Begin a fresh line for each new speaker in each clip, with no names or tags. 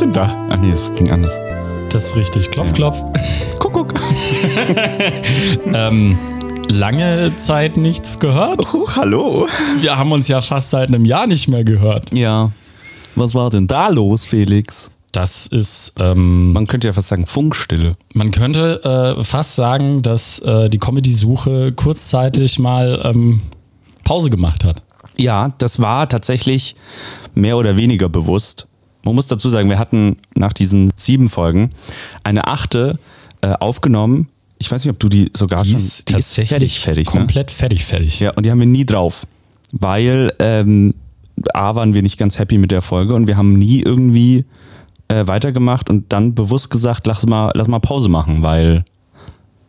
bin da. Ah nee, das ging anders.
Das ist richtig. Klopf,
Ja.
klopf.
Guck, guck.
Ähm, lange Zeit nichts gehört.
Huch, Oh, hallo.
Wir haben uns ja fast seit einem Jahr nicht mehr gehört.
Ja. Was war denn da los, Felix?
Das ist, ähm,
Man könnte ja fast sagen Funkstille.
man könnte äh, fast sagen, dass äh, die Comedy-Suche kurzzeitig mal ähm, Pause gemacht hat.
Ja, das war tatsächlich mehr oder weniger bewusst. Man muss dazu sagen, wir hatten nach diesen sieben Folgen eine achte äh, aufgenommen. Ich weiß nicht, ob du die sogar schon fertig, fertig ne?
komplett fertig, fertig.
Ja, und die haben wir nie drauf. Weil ähm, A waren wir nicht ganz happy mit der Folge und wir haben nie irgendwie äh, weitergemacht und dann bewusst gesagt, lass mal, lass mal Pause machen, weil.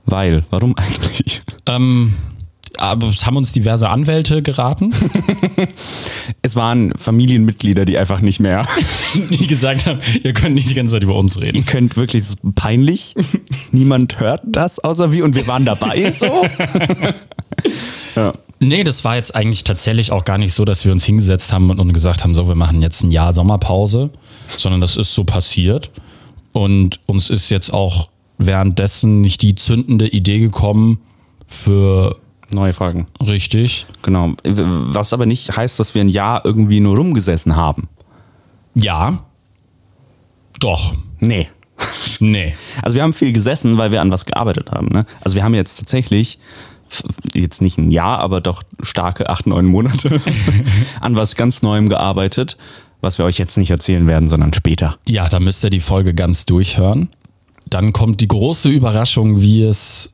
Weil, warum eigentlich?
Ähm, aber es haben uns diverse Anwälte geraten,
Es waren Familienmitglieder, die einfach nicht mehr.
die gesagt haben, ihr könnt nicht die ganze Zeit über uns reden.
Ihr könnt wirklich, es ist peinlich. Niemand hört das außer wir und wir waren dabei. So. ja.
Nee, das war jetzt eigentlich tatsächlich auch gar nicht so, dass wir uns hingesetzt haben und, und gesagt haben, so, wir machen jetzt ein Jahr Sommerpause, sondern das ist so passiert. Und uns ist jetzt auch währenddessen nicht die zündende Idee gekommen für
Neue Fragen.
richtig.
Genau. Was aber nicht heißt, dass wir ein Jahr irgendwie nur rumgesessen haben.
Ja. Doch.
Nee.
Nee.
Also wir haben viel gesessen, weil wir an was gearbeitet haben. Ne? Also wir haben jetzt tatsächlich, f- jetzt nicht ein Jahr, aber doch starke acht, neun Monate an was ganz Neuem gearbeitet, was wir euch jetzt nicht erzählen werden, sondern später.
Ja, da müsst ihr die Folge ganz durchhören. Dann kommt die große Überraschung, wie es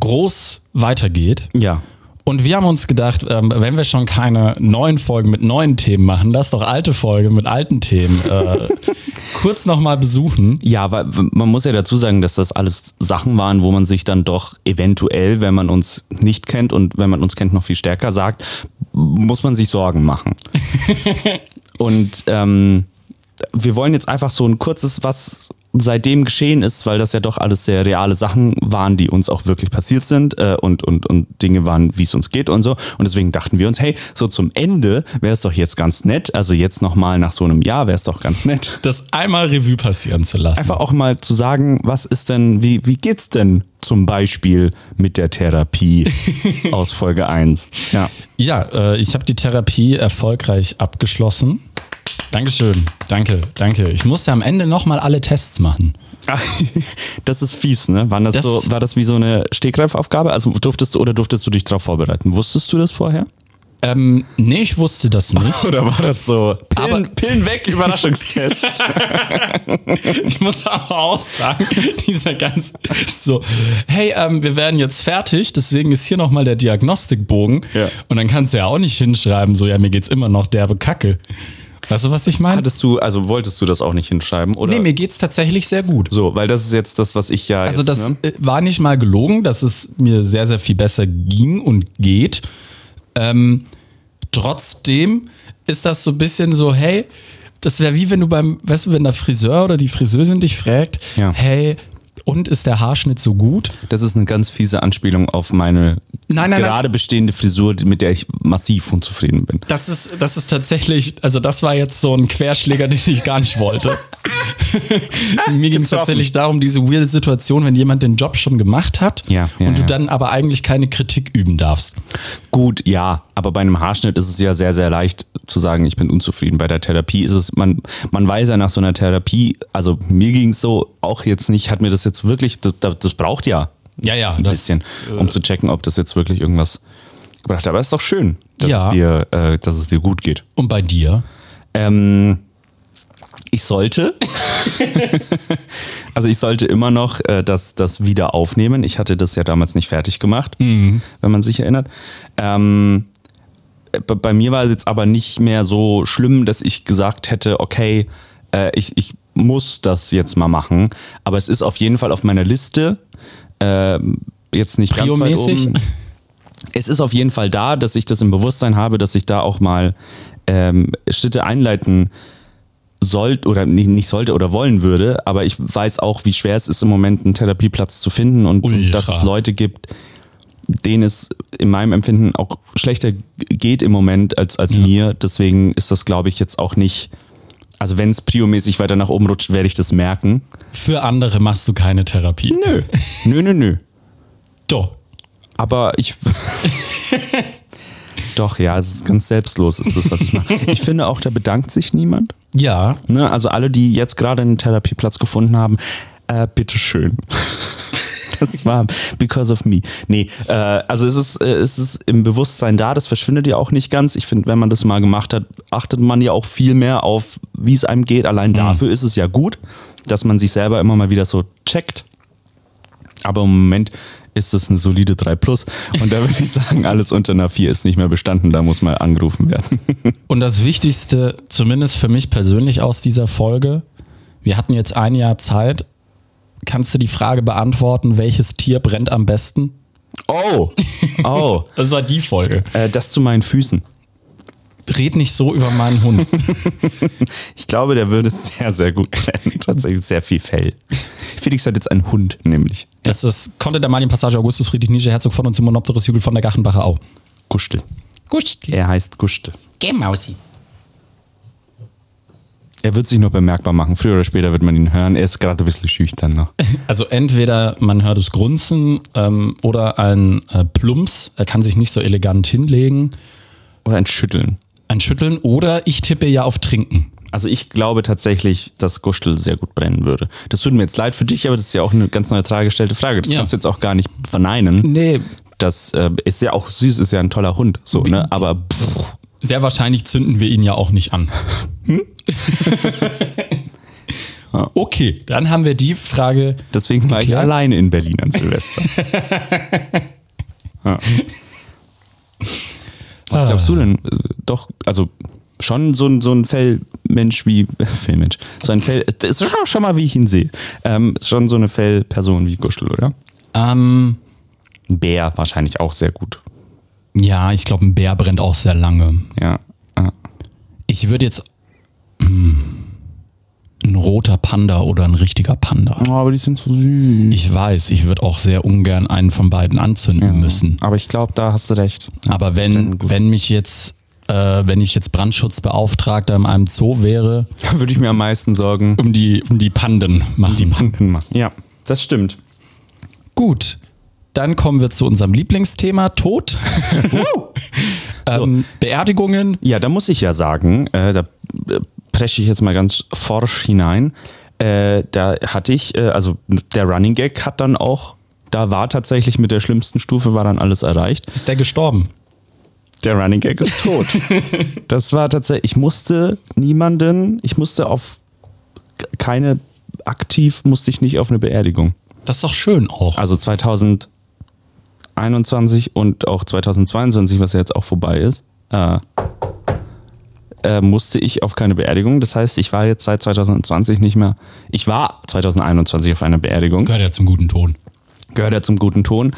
groß weitergeht.
Ja.
Und wir haben uns gedacht, ähm, wenn wir schon keine neuen Folgen mit neuen Themen machen, lass doch alte Folgen mit alten Themen äh, kurz nochmal besuchen.
Ja, weil w- man muss ja dazu sagen, dass das alles Sachen waren, wo man sich dann doch eventuell, wenn man uns nicht kennt und wenn man uns kennt, noch viel stärker sagt, muss man sich Sorgen machen. und ähm, wir wollen jetzt einfach so ein kurzes, was seitdem geschehen ist, weil das ja doch alles sehr reale Sachen waren, die uns auch wirklich passiert sind äh, und, und, und Dinge waren, wie es uns geht und so. Und deswegen dachten wir uns, hey, so zum Ende wäre es doch jetzt ganz nett, also jetzt nochmal nach so einem Jahr wäre es doch ganz nett,
Das einmal Revue passieren zu lassen.
einfach auch mal zu sagen, was ist denn, wie, wie geht's denn zum Beispiel mit der Therapie aus Folge 1? Ja.
Ja, äh, ich habe die Therapie erfolgreich abgeschlossen. Dankeschön. Danke, danke. Ich musste am Ende nochmal alle Tests machen.
Das ist fies, ne? War das,
Das-
so, war das wie so eine Stegreifaufgabe? Also durftest du oder durftest du dich darauf vorbereiten? Wusstest du das vorher?
Ähm, nee, ich wusste das nicht.
Oder war das so
Pillen-
Pillen weg, Überraschungstest?
Ich muss aber auch sagen, dieser ganz so, hey, ähm, wir werden jetzt fertig, deswegen ist hier nochmal der Diagnostikbogen.
Ja.
Und dann kannst du ja auch nicht hinschreiben, so, ja, mir geht's immer noch derbe Kacke. Weißt du, was ich meine?
Hattest du, also wolltest du das auch nicht hinschreiben? Oder?
Nee, mir geht's tatsächlich sehr gut.
so, weil das ist jetzt das, was ich ja.
Also
jetzt,
das
Ne?
äh, war nicht mal gelogen, dass es mir sehr, sehr viel besser ging und geht. Ähm, trotzdem ist das so ein bisschen so, hey, das wäre wie wenn du beim, weißt du, wenn der Friseur oder die Friseurin dich fragt,
Ja.
hey, und ist der Haarschnitt so gut?
Das ist eine ganz fiese Anspielung auf meine
Nein, nein,
gerade bestehende Frisur, mit der ich massiv unzufrieden bin.
Das ist, das ist tatsächlich, also das war jetzt so ein Querschläger, den ich gar nicht wollte. Mir ging es
Getroffen.
tatsächlich darum, diese weirde Situation, wenn jemand den Job schon gemacht hat
Ja, ja,
und du
ja.
dann aber eigentlich keine Kritik üben darfst.
Gut, ja, aber bei einem Haarschnitt ist es ja sehr, sehr leicht zu sagen, ich bin unzufrieden. Bei der Therapie ist es, man, man weiß ja nach so einer Therapie, also mir ging es so auch jetzt nicht, hat mir das jetzt wirklich, das, das das braucht ja
Ja, ja,
ein
das- äh,
bisschen, um zu checken, ob das jetzt wirklich irgendwas gebracht hat. Aber es ist doch schön, dass,
Ja.
es, dir, äh, dass es dir gut geht.
Und bei dir?
Ähm, ich sollte. also ich sollte immer noch äh, das, das wieder aufnehmen. Ich hatte das ja damals nicht fertig gemacht, wenn man sich erinnert. Ähm, b- bei mir war es jetzt aber nicht mehr so schlimm, dass ich gesagt hätte, okay, äh, ich, ich muss das jetzt mal machen. Aber es ist auf jeden Fall auf meiner Liste. ähm, jetzt nicht ganz weit
Prio-mäßig?
oben. Es ist auf jeden Fall da, dass ich das im Bewusstsein habe, dass ich da auch mal ähm, Schritte einleiten sollte oder nicht, nicht sollte oder wollen würde, aber ich weiß auch, wie schwer es ist, im Moment einen Therapieplatz zu finden und, und
Ultra.
dass es Leute gibt, denen es in meinem Empfinden auch schlechter g- geht im Moment als, als mir. Deswegen ist das, glaube ich, jetzt auch nicht. Also wenn es priomäßig weiter nach oben rutscht, werde ich das merken.
Für andere machst du keine Therapie.
Nö. Nö, nö, nö.
Doch.
Aber ich. Doch, ja, es ist ganz selbstlos, ist das, was ich mache. Ich finde auch, da bedankt sich niemand.
Ja.
Ne? Also alle, die jetzt gerade einen Therapieplatz gefunden haben, äh, bitteschön. Das war because of me. Nee, äh, also es ist, äh, es ist im Bewusstsein da, das verschwindet ja auch nicht ganz. Ich finde, wenn man das mal gemacht hat, achtet man ja auch viel mehr auf, wie es einem geht. Allein dafür ist es ja gut, dass man sich selber immer mal wieder so checkt. Aber im Moment ist es eine solide 3 plus. Und da würde ich sagen, alles unter einer 4 ist nicht mehr bestanden. Da muss mal angerufen werden.
Und das Wichtigste, zumindest für mich persönlich aus dieser Folge, wir hatten jetzt ein Jahr Zeit. Kannst du die Frage beantworten, welches Tier brennt am besten?
Oh! Oh!
Das war die Folge.
Äh, das zu meinen Füßen.
Red nicht so über meinen Hund.
Ich glaube, der würde sehr, sehr gut brennen. Tatsächlich sehr viel Fell. Felix hat jetzt einen Hund, nämlich.
Das ist Conte der Malien Passage Augustus Friedrich Nietzsche Herzog von und zum Monopteris Hügel von der Gachenbacher Au.
Gustel.
Gut,
Er heißt Gustel.
geh Mausi.
Er wird sich nur bemerkbar machen. Früher oder später wird man ihn hören. Er ist gerade ein bisschen schüchtern noch.
Also entweder man hört es grunzen ähm, oder ein äh, Plumps. Er kann sich nicht so elegant hinlegen.
Oder ein Schütteln.
Ein Schütteln oder ich tippe ja auf Trinken.
Also ich glaube tatsächlich, dass Gustel sehr gut brennen würde. Das tut mir jetzt leid für dich, aber das ist ja auch eine ganz neutral gestellte Frage. Das
Ja.
kannst du jetzt auch gar nicht verneinen.
Nee.
Das äh, ist ja auch süß, ist ja ein toller Hund, so, ne? Aber pff,
Sehr wahrscheinlich zünden wir ihn ja auch nicht an. okay, dann haben wir die Frage.
deswegen war ich
Klar.
alleine in Berlin an Silvester.
Ah.
ja. Was glaubst du denn? Äh, Doch, also schon so ein, so ein Fellmensch wie Fellmensch. So ein Fell, das ist schon- schon mal, wie ich ihn sehe. Ähm, ist schon so eine Fellperson wie Gustel, oder?
Ähm,
Ein Bär wahrscheinlich auch sehr gut.
ja, ich glaube, ein Bär brennt auch sehr lange.
Ja. Ah.
Ich würde jetzt mh, ein roter Panda oder ein richtiger Panda.
Oh, aber die sind so süß.
Ich weiß, ich würde auch sehr ungern einen von beiden anzünden müssen.
Aber ich glaube, da hast du recht.
Aber wenn, wenn mich jetzt, äh, wenn ich jetzt Brandschutzbeauftragter in einem Zoo wäre,
Da würde ich mir am meisten Sorgen
um die, um die Panden machen.
die Banden machen. Ja, das stimmt.
Gut. Dann kommen wir zu unserem Lieblingsthema, Tod. ähm, Beerdigungen.
Ja, da muss ich ja sagen, äh, da äh, presche ich jetzt mal ganz forsch hinein. Äh, da hatte ich, äh, also der Running Gag hat dann auch, da war tatsächlich mit der schlimmsten Stufe, war dann alles erreicht.
Ist der gestorben?
Der Running Gag ist tot. das war tatsächlich, ich musste niemanden, ich musste auf k- keine, aktiv musste ich nicht auf eine Beerdigung.
Das ist doch schön auch.
also 2021 und auch 2022, was ja jetzt auch vorbei ist, äh, äh, musste ich auf keine Beerdigung. Das heißt, ich war jetzt seit 2020 nicht mehr. Ich war 2021 auf einer Beerdigung.
Gehört ja zum guten Ton.
Gehört ja zum guten Ton.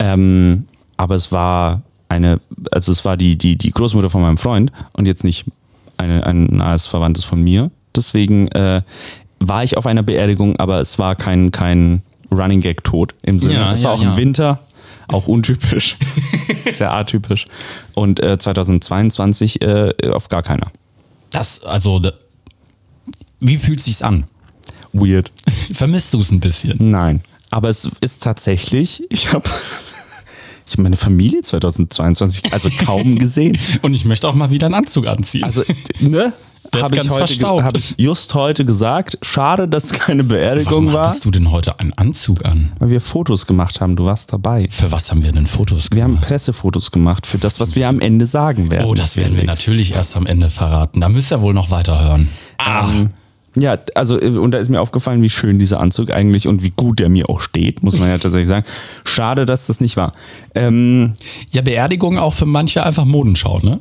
Ähm, aber es war eine, also es war die, die, die Großmutter von meinem Freund und jetzt nicht eine, ein nahes Verwandtes von mir. Deswegen äh, war ich auf einer Beerdigung, aber es war kein, kein Running Gag Tod im Sinne.
Ja,
es war
ja,
auch
ja.
im Winter, auch untypisch, sehr atypisch. Und äh, 2022 äh, auf gar keiner.
Das, also, da- wie fühlt sich's an?
Weird.
Vermisst du es ein bisschen?
Nein. Aber es ist tatsächlich, ich habe ich hab meine Familie 2022 also kaum gesehen.
Und ich möchte auch mal wieder einen Anzug anziehen.
Also, ne?
Der ist
Habe ich,
ganz
heute ge-
verstaubt.
hab ich just heute gesagt, schade, dass es keine Beerdigung
Warum
war,
hattest du denn heute einen Anzug an?
weil wir Fotos gemacht haben. Du warst dabei.
Für was haben wir denn Fotos
Wir
gemacht?
haben Pressefotos gemacht für das, was wir am Ende sagen werden.
oh, das werden wir natürlich erst am Ende verraten. Da müsst ihr wohl noch weiterhören. Ah,
Ähm, Ja, also äh, und da ist mir aufgefallen, wie schön dieser Anzug eigentlich und wie gut der mir auch steht, muss man ja tatsächlich sagen. Schade, dass das nicht war. Ähm,
ja, Beerdigung auch für manche einfach Modenschau, ne?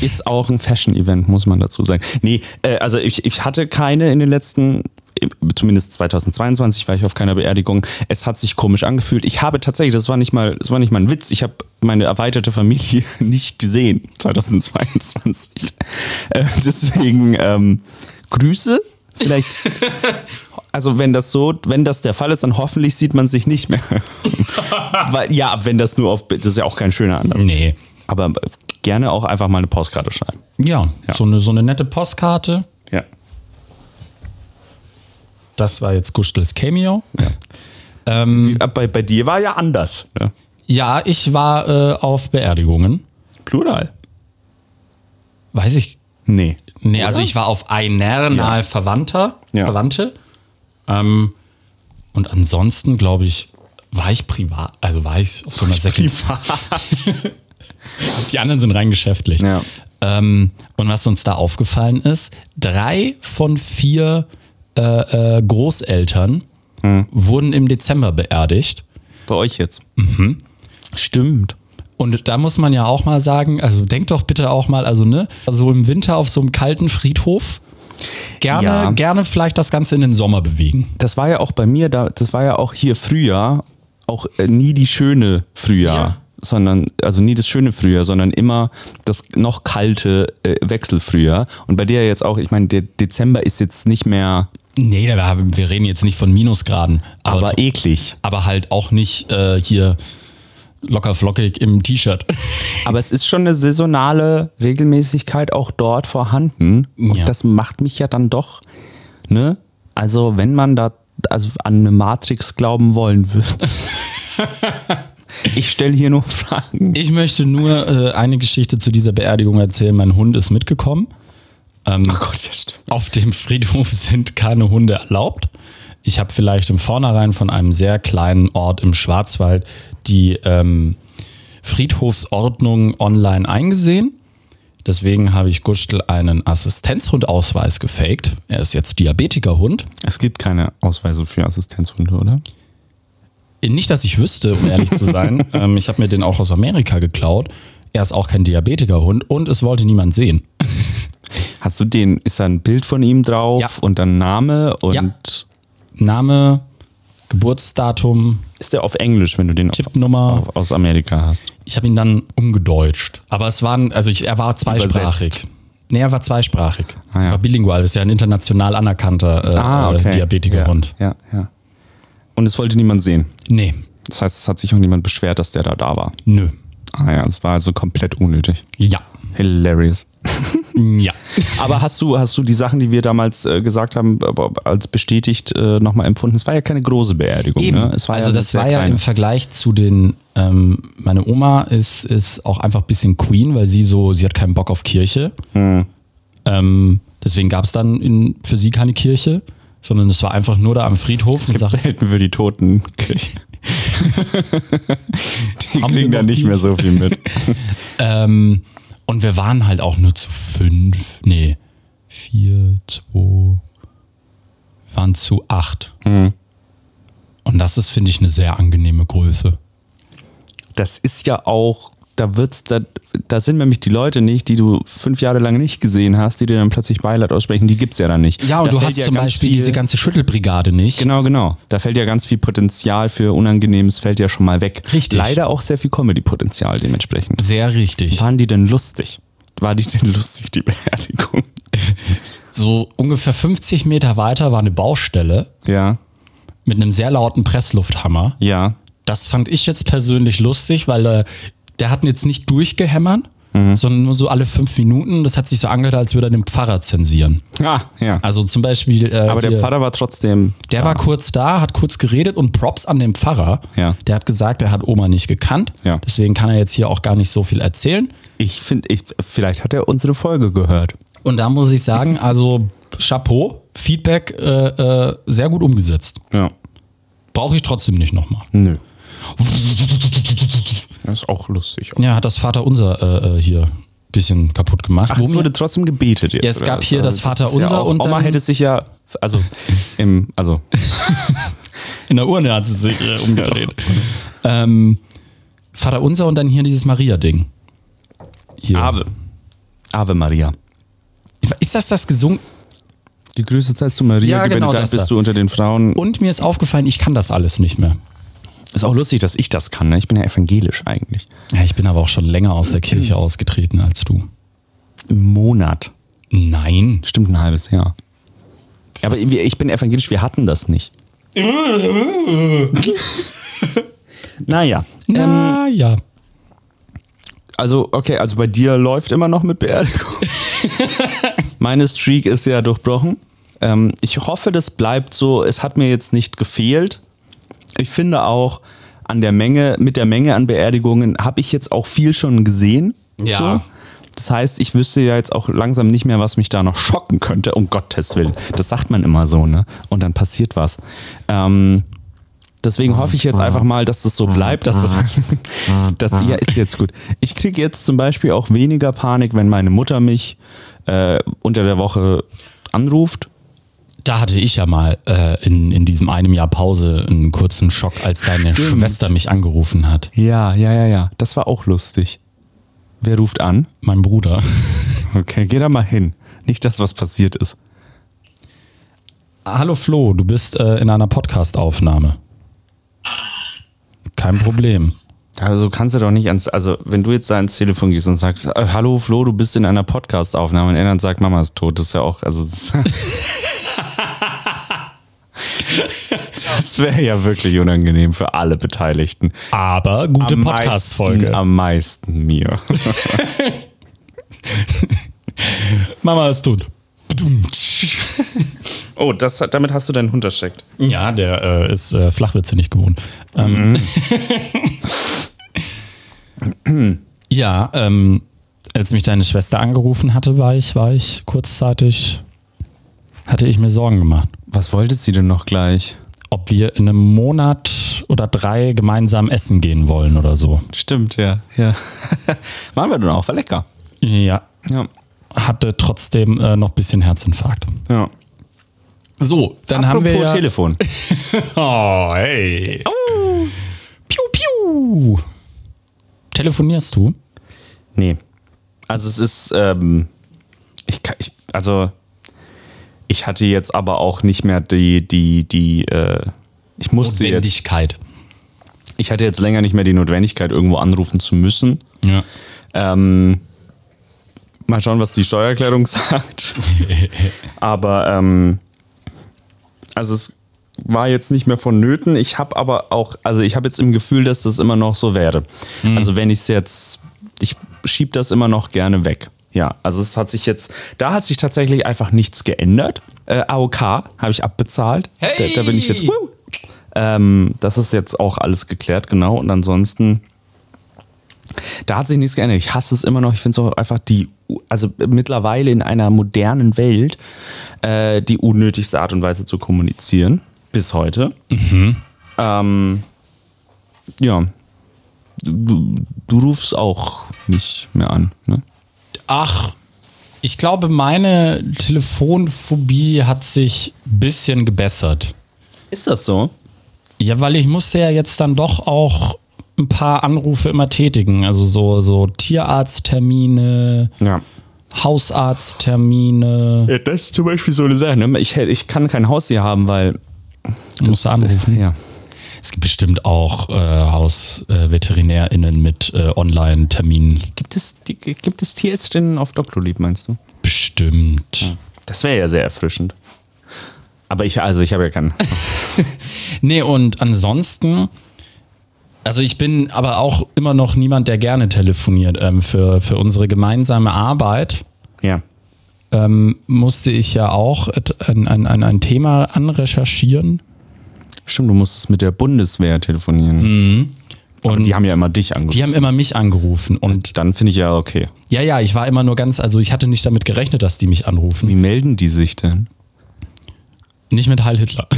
ist auch ein Fashion-Event, muss man dazu sagen. Nee, äh, also ich, ich hatte keine in den letzten, äh, zumindest 2022 war ich auf keiner Beerdigung. Es hat sich komisch angefühlt. Ich habe tatsächlich, das war nicht mal, das war nicht mal ein Witz, ich habe meine erweiterte Familie nicht gesehen 2022. Äh, deswegen ähm, Grüße. Vielleicht, also wenn das so, wenn das der Fall ist, dann hoffentlich sieht man sich nicht mehr. Weil, ja, wenn das nur auf, das ist ja auch kein schöner Anlass.
Nee.
Aber gerne auch einfach mal eine Postkarte schreiben.
Ja, So, eine, so eine nette Postkarte.
Ja.
Das war jetzt Gustels Cameo.
Wie- Äh, Bei, bei dir war ja anders. Ne?
Ja, ich war äh, auf Beerdigungen.
Plural.
Weiß ich.
Nee.
Nee, also ich war auf einer nahe Verwandter,
Ja.
Verwandte. Ähm, und ansonsten, glaube ich, war ich privat, also war ich auf so einer Second Die anderen sind rein geschäftlich.
Ja.
Ähm, und was uns da aufgefallen ist, drei von vier äh, äh, Großeltern
Hm.
wurden im Dezember beerdigt.
Bei euch jetzt.
Stimmt. Und da muss man ja auch mal sagen, also denkt doch bitte auch mal, also ne, also im Winter auf so einem kalten Friedhof, gerne,
Ja.
gerne vielleicht das Ganze in den Sommer bewegen.
Das war ja auch bei mir, da, das war ja auch hier Frühjahr, auch äh, nie die schöne Frühjahr.
Ja.
Sondern, also nie das schöne Frühjahr, sondern immer das noch kalte äh, Wechselfrühjahr. Und bei dir jetzt auch, ich meine, der Dezember ist jetzt nicht mehr,
Nee, da haben- wir reden jetzt nicht von Minusgraden, aber,
aber eh
aber,
eklig.
halt auch nicht äh, hier locker flockig im T-Shirt.
Aber es ist schon eine saisonale Regelmäßigkeit auch dort vorhanden. Und
Ja.
das macht mich ja dann doch, ne? Also, wenn man da also an eine Matrix glauben wollen würde. ich stelle hier nur Fragen.
Ich möchte nur äh, eine Geschichte zu dieser Beerdigung erzählen. Mein Hund ist mitgekommen. Ähm,
Oh Gott, ja, stimmt.
Auf dem Friedhof sind keine Hunde erlaubt. Ich habe vielleicht im Vornherein von einem sehr kleinen Ort im Schwarzwald die ähm, Friedhofsordnung online eingesehen. Deswegen habe ich Gustl einen Assistenzhundausweis gefaked. Er ist jetzt Diabetikerhund.
Es gibt keine Ausweise für Assistenzhunde, oder?
Nicht, dass ich wüsste, um ehrlich zu sein. ähm, ich habe mir den auch aus Amerika geklaut. Er ist auch kein Diabetikerhund und es wollte niemand sehen.
Hast du den, ist da ein Bild von ihm drauf
Ja.
und dann Name und
Ja. Name, Geburtsdatum,
ist der auf Englisch, wenn du den auf-
Tippnummer.
auf, aus Amerika hast?
Ich habe ihn dann umgedeutscht. Aber es waren, also ich, er war zweisprachig.
Übersetzt.
Nee, er war zweisprachig.
Ah, ja. Ah,
War bilingual, ist ja ein international anerkannter äh, äh, Diabetikerhund.
Ja, ja, ja. Und es wollte niemand sehen.
Nee,
Das heißt, es hat sich auch niemand beschwert, dass der da da war.
nö.
Ah ja, es war also komplett unnötig.
Ja.
Hilarious.
Ja.
Aber hast du, hast du die Sachen, die wir damals äh, gesagt haben, aber als bestätigt äh, nochmal empfunden? Es war ja keine große Beerdigung, ne? Es war
also
eine
das
sehr
war ja
kleine.
im Vergleich zu den, ähm, meine Oma ist, ist auch einfach ein bisschen Queen, weil sie so, sie hat keinen Bock auf Kirche. Ähm, deswegen gab es dann in, für sie keine Kirche, sondern es war einfach nur da am Friedhof.
Es gibt selten für die Toten Kirche. die
Haben wir
kriegen da
noch
nicht mehr so viel mit.
Ähm, und wir waren halt auch nur zu fünf. Nee, vier, zwei. Wir waren zu acht. Und das ist, finde ich, eine sehr angenehme Größe.
Das ist ja auch, da wird's, da, da sind nämlich die Leute nicht, die du fünf Jahre lang nicht gesehen hast, die dir dann plötzlich Beileid aussprechen, die gibt's ja dann nicht.
Ja, und
Da
du
fällt
hast
ja
zum
ganz
Beispiel
viel-
diese ganze Schüttelbrigade nicht.
Genau, genau. Da fällt ja ganz viel Potenzial für Unangenehmes, fällt ja schon mal weg.
Richtig.
Leider auch sehr viel Comedy-Potenzial dementsprechend.
Sehr richtig.
Waren die denn lustig? War die denn lustig, die Beerdigung?
So ungefähr 50 Meter weiter war eine Baustelle
Ja,
mit einem sehr lauten Presslufthammer.
ja.
Das fand ich jetzt persönlich lustig, weil äh, der hat ihn jetzt nicht durchgehämmert,
Mhm.
sondern nur so alle fünf Minuten. Das hat sich so angehört, als würde er den Pfarrer zensieren.
Ah, ja.
Also zum Beispiel. Äh,
Aber der
hier,
Pfarrer war trotzdem.
Der war kurz da, hat kurz geredet und Props an den Pfarrer.
Ja.
Der hat gesagt, er hat Oma nicht gekannt.
Ja.
Deswegen kann er jetzt hier auch gar nicht so viel erzählen.
Ich finde, ich, vielleicht hat er unsere Folge gehört.
Und da muss ich sagen, also Chapeau, Feedback äh, äh, sehr gut umgesetzt.
Ja.
Brauche ich trotzdem nicht nochmal.
Nö. Das ist auch lustig.
Ja, hat das Vaterunser äh, äh, hier ein bisschen kaputt gemacht.
Ach,
Wo
es
mir-
wurde trotzdem gebetet jetzt.
Ja, es
oder
gab
was?
hier das
ist
Vaterunser
auch-
und
Oma
dann-
hätte sich ja, also im, also
in der Urne hat sie sich äh, umgedreht. ähm, Vaterunser und dann hier dieses Maria-Ding. Hier.
Ave Maria.
Ist das das gesungen?
Die Grüße zeigst du Maria,
Ja,
ja,
genau,
genau, dann
das da.
bist du unter den Frauen.
Und mir ist aufgefallen, ich kann das alles nicht mehr.
Ist auch lustig, dass ich das kann. Ne? Ich bin ja evangelisch eigentlich.
Ja, ich bin aber auch schon länger aus der Kirche ausgetreten als du.
Im Monat.
Nein.
Stimmt ein halbes Jahr. Aber wir- ich bin evangelisch, wir hatten das nicht. naja. Ähm,
Na ja.
also, okay, also bei dir läuft immer noch mit Beerdigung. Meine Streak ist ja durchbrochen. Ähm, ich hoffe, das bleibt so. Es hat mir jetzt nicht gefehlt. Ich finde auch an der Menge, mit der Menge an Beerdigungen habe ich jetzt auch viel schon gesehen.
Ja.
Das heißt, ich wüsste ja jetzt auch langsam nicht mehr, was mich da noch schocken könnte, um Gottes Willen. Das sagt man immer so, ne? Und dann passiert was. Ähm, deswegen hoffe ich jetzt einfach mal, dass das so bleibt, dass das, das ja, ist jetzt gut. Ich kriege jetzt zum Beispiel auch weniger Panik, wenn meine Mutter mich äh, unter der Woche anruft.
Da hatte ich ja mal äh, in, in diesem einem Jahr Pause einen kurzen Schock, als deine
Stimmt.
Schwester mich angerufen hat.
Ja, ja, ja, ja. Das war auch lustig. Wer ruft an?
Mein Bruder.
Okay, geh da mal hin. Nicht, dass was passiert ist.
Hallo Flo, du bist äh, in einer Podcast-Aufnahme. Kein Problem.
Also kannst du doch nicht ans, also wenn du jetzt da ans Telefon gehst und sagst, äh, hallo Flo, du bist in einer Podcast-Aufnahme und er dann sagt, Mama ist tot, das ist ja auch, also das, das wäre ja wirklich unangenehm für alle Beteiligten.
Aber gute
Am meisten-
Podcast-Folge.
Am meisten mir.
Mama ist tot.
Oh, das, hat- damit hast du deinen Hund erschreckt.
Ja, der äh, ist äh, Flachwitze nicht gewohnt. Ähm,
Mhm.
ja, ähm, als mich deine Schwester angerufen hatte, war ich, war ich kurzzeitig, hatte ich mir Sorgen gemacht,
Was wolltest du denn noch gleich?
ob wir in einem Monat oder drei gemeinsam essen gehen wollen oder so.
Stimmt, ja. ja. Waren wir dann auch, war lecker.
Ja,
Ja.
hatte trotzdem äh, noch ein bisschen Herzinfarkt.
ja.
So, dann haben
Apropos
wir ja,
Telefon.
Oh, hey. Piu, piu. Telefonierst du?
Nee. Also es ist, ähm, ich, kann- ich, also ich hatte jetzt aber auch nicht mehr die, die, die, äh, ich musste jetzt,
Notwendigkeit.
ich hatte jetzt länger nicht mehr die Notwendigkeit, irgendwo anrufen zu müssen.
Ja.
Ähm, mal schauen, was die Steuererklärung sagt. aber ähm, also es war jetzt nicht mehr vonnöten. Ich habe aber auch, also ich habe jetzt im Gefühl, dass das immer noch so wäre. Also wenn ich es jetzt, ich schieb das immer noch gerne weg. Ja, also es hat sich jetzt, da hat sich tatsächlich einfach nichts geändert. Äh, AOK habe ich abbezahlt. Da, da bin ich jetzt.
Hey!
Woo! Ähm, das ist jetzt auch alles geklärt, genau. Und ansonsten da hat sich nichts geändert. Ich hasse es immer noch. Ich finde es auch einfach die, also mittlerweile in einer modernen Welt, äh, die unnötigste Art und Weise zu kommunizieren. Bis heute. Mhm. Ähm, ja. Du, du rufst auch nicht mehr an. Ne?
Ach, ich glaube, meine Telefonphobie hat sich ein bisschen gebessert.
Ist das so?
Ja, weil ich musste ja jetzt dann doch auch ein paar Anrufe immer tätigen. Also so, so Tierarzttermine,
Ja.
Hausarzttermine.
Äh, Das ist zum Beispiel so eine Sache. Ne? Ich, hätt- ich kann kein Haustier haben, weil.
Musste anrufen.
Ja.
Es gibt bestimmt auch äh, HausveterinärInnen mit äh, Online-Terminen.
Gibt es, die, gibt es Tierärztinnen auf Doktorlieb, meinst du?
Bestimmt.
Das wäre ja sehr erfrischend. Aber ich, also ich habe ja keinen.
Nee, und ansonsten, also ich bin aber auch immer noch niemand, der gerne telefoniert. Ähm, für, für unsere gemeinsame Arbeit
ja.
ähm, musste ich ja auch et- ein, ein, ein, ein Thema anrecherchieren.
Stimmt, du musstest mit der Bundeswehr telefonieren. Aber
Und
Mhm. die haben ja immer dich angerufen.
die haben immer mich angerufen. Und
Dann finde ich ja okay.
ja, ja, ich war immer nur ganz, also ich hatte nicht damit gerechnet, dass die mich anrufen.
Wie melden die sich denn?
Nicht mit Heil Hitler.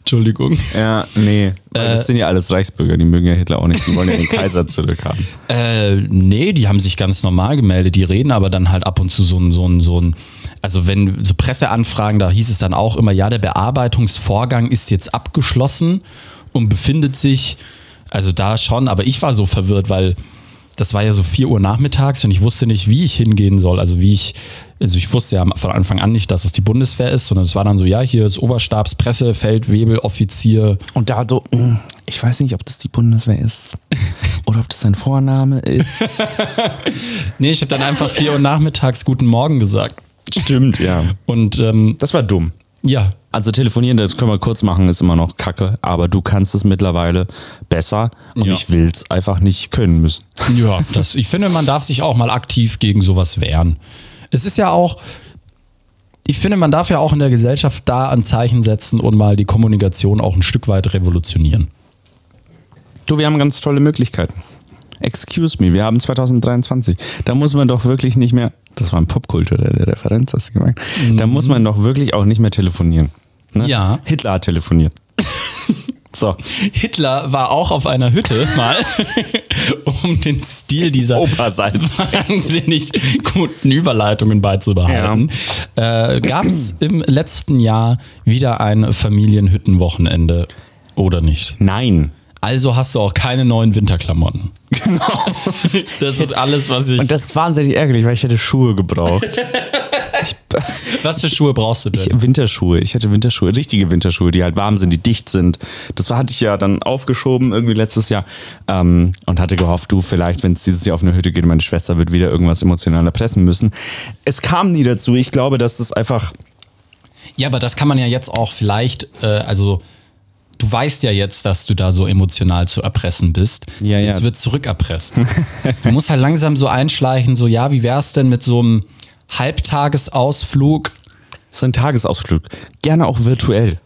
Entschuldigung.
Ja, nee. das sind ja alles Reichsbürger, die mögen ja Hitler auch nicht. Die wollen ja den Kaiser zurückhaben.
Äh, nee, die haben sich ganz normal gemeldet. Die reden aber dann halt ab und zu so ein, so ein, so ein, also wenn so Presseanfragen, da hieß es dann auch immer, ja, der Bearbeitungsvorgang ist jetzt abgeschlossen und befindet sich, also da schon, aber ich war so verwirrt, weil das war ja so 4 Uhr nachmittags und ich wusste nicht, wie ich hingehen soll. Also wie ich, also ich wusste ja von Anfang an nicht, dass es die Bundeswehr ist, sondern es war dann so, ja, hier ist Oberstabs, Presse, Feldwebel, Offizier.
Und da so, mm, ich weiß nicht, ob das die Bundeswehr ist oder ob das sein Vorname ist.
Nee, ich habe dann einfach 4 Uhr nachmittags guten Morgen gesagt.
Stimmt, ja.
Und ähm,
Das war dumm.
Ja,
Also telefonieren, das können wir kurz machen, ist immer noch kacke, aber du kannst es mittlerweile besser und
Ja.
ich will es einfach nicht können müssen.
Ja, das, ich finde, man darf sich auch mal aktiv gegen sowas wehren. Es ist ja auch, ich finde, man darf ja auch in der Gesellschaft da ein Zeichen setzen und mal die Kommunikation auch ein Stück weit revolutionieren.
Du, wir haben ganz tolle Möglichkeiten. Excuse me, wir haben 2023. Da muss man doch wirklich nicht mehr. Das war ein popkulturelle Referenz, hast du gemeint? Da muss man doch wirklich auch nicht mehr telefonieren. Ne?
Mhm. Ja.
Hitler hat telefoniert. so.
Hitler war auch auf einer Hütte mal, um den Stil dieser
Oberseits.
wahnsinnig guten Überleitungen beizubehalten. Äh, Gab es im letzten Jahr wieder ein Familienhüttenwochenende oder nicht?
Nein.
Also hast du auch keine neuen Winterklamotten. Genau. Das ist alles, was ich.
Und das ist wahnsinnig ärgerlich, weil ich hätte Schuhe gebraucht.
Was für Schuhe brauchst du
Ich,
denn?
Winterschuhe. Ich hätte Winterschuhe, richtige Winterschuhe, die halt warm sind, die dicht sind. Das war, hatte ich ja dann aufgeschoben irgendwie letztes Jahr ähm, und hatte gehofft, du vielleicht, wenn es dieses Jahr auf eine Hütte geht, meine Schwester wird wieder irgendwas emotional erpressen müssen. Es kam nie dazu. Ich glaube, dass es einfach
Ja, aber das kann man ja jetzt auch vielleicht, äh, also du weißt ja jetzt, dass du da so emotional zu erpressen bist.
Ja, ja.
jetzt wird zurückerpresst. du musst halt langsam so einschleichen, so ja, wie wär's denn mit so einem Halbtagesausflug,
es ist ein Tagesausflug. Gerne auch virtuell.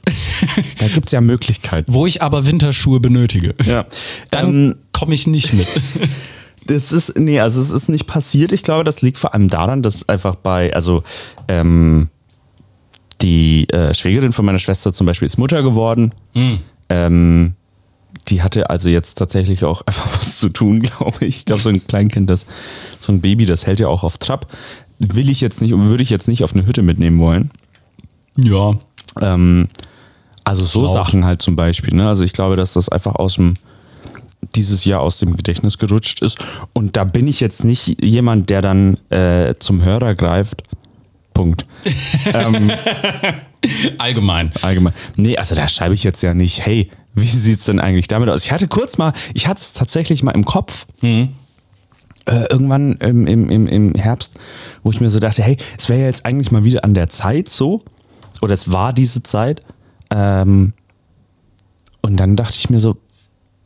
da gibt es ja Möglichkeiten.
wo ich aber Winterschuhe benötige?
Ja.
Dann
Ähm,
komme ich nicht mit.
Das ist, nee, also es ist nicht passiert. Ich glaube, das liegt vor allem daran, dass einfach bei, also ähm, die äh, Schwägerin von meiner Schwester zum Beispiel ist Mutter geworden. Ähm, die hatte also jetzt tatsächlich auch einfach was zu tun, glaube ich. Ich glaube, so ein Kleinkind, das, so ein Baby, das hält ja auch auf Trab. Will ich jetzt nicht und würde ich jetzt nicht auf eine Hütte mitnehmen wollen.
ja.
Ähm, also so
Laut.
Sachen halt zum Beispiel. Ne? Also ich glaube, dass das einfach aus dem dieses Jahr aus dem Gedächtnis gerutscht ist. Und da bin ich jetzt nicht jemand, der dann äh, zum Hörer greift. Punkt.
Allgemein.
Allgemein. Nee, also da schreibe ich jetzt ja nicht, hey, wie sieht's denn eigentlich damit aus? Ich hatte kurz mal, ich hatte es tatsächlich mal im Kopf. Äh, irgendwann im, im, im, im Herbst, wo ich mir so dachte, hey, es wäre ja jetzt eigentlich mal wieder an der Zeit so. Oder es war diese Zeit. Ähm, und dann dachte ich mir so,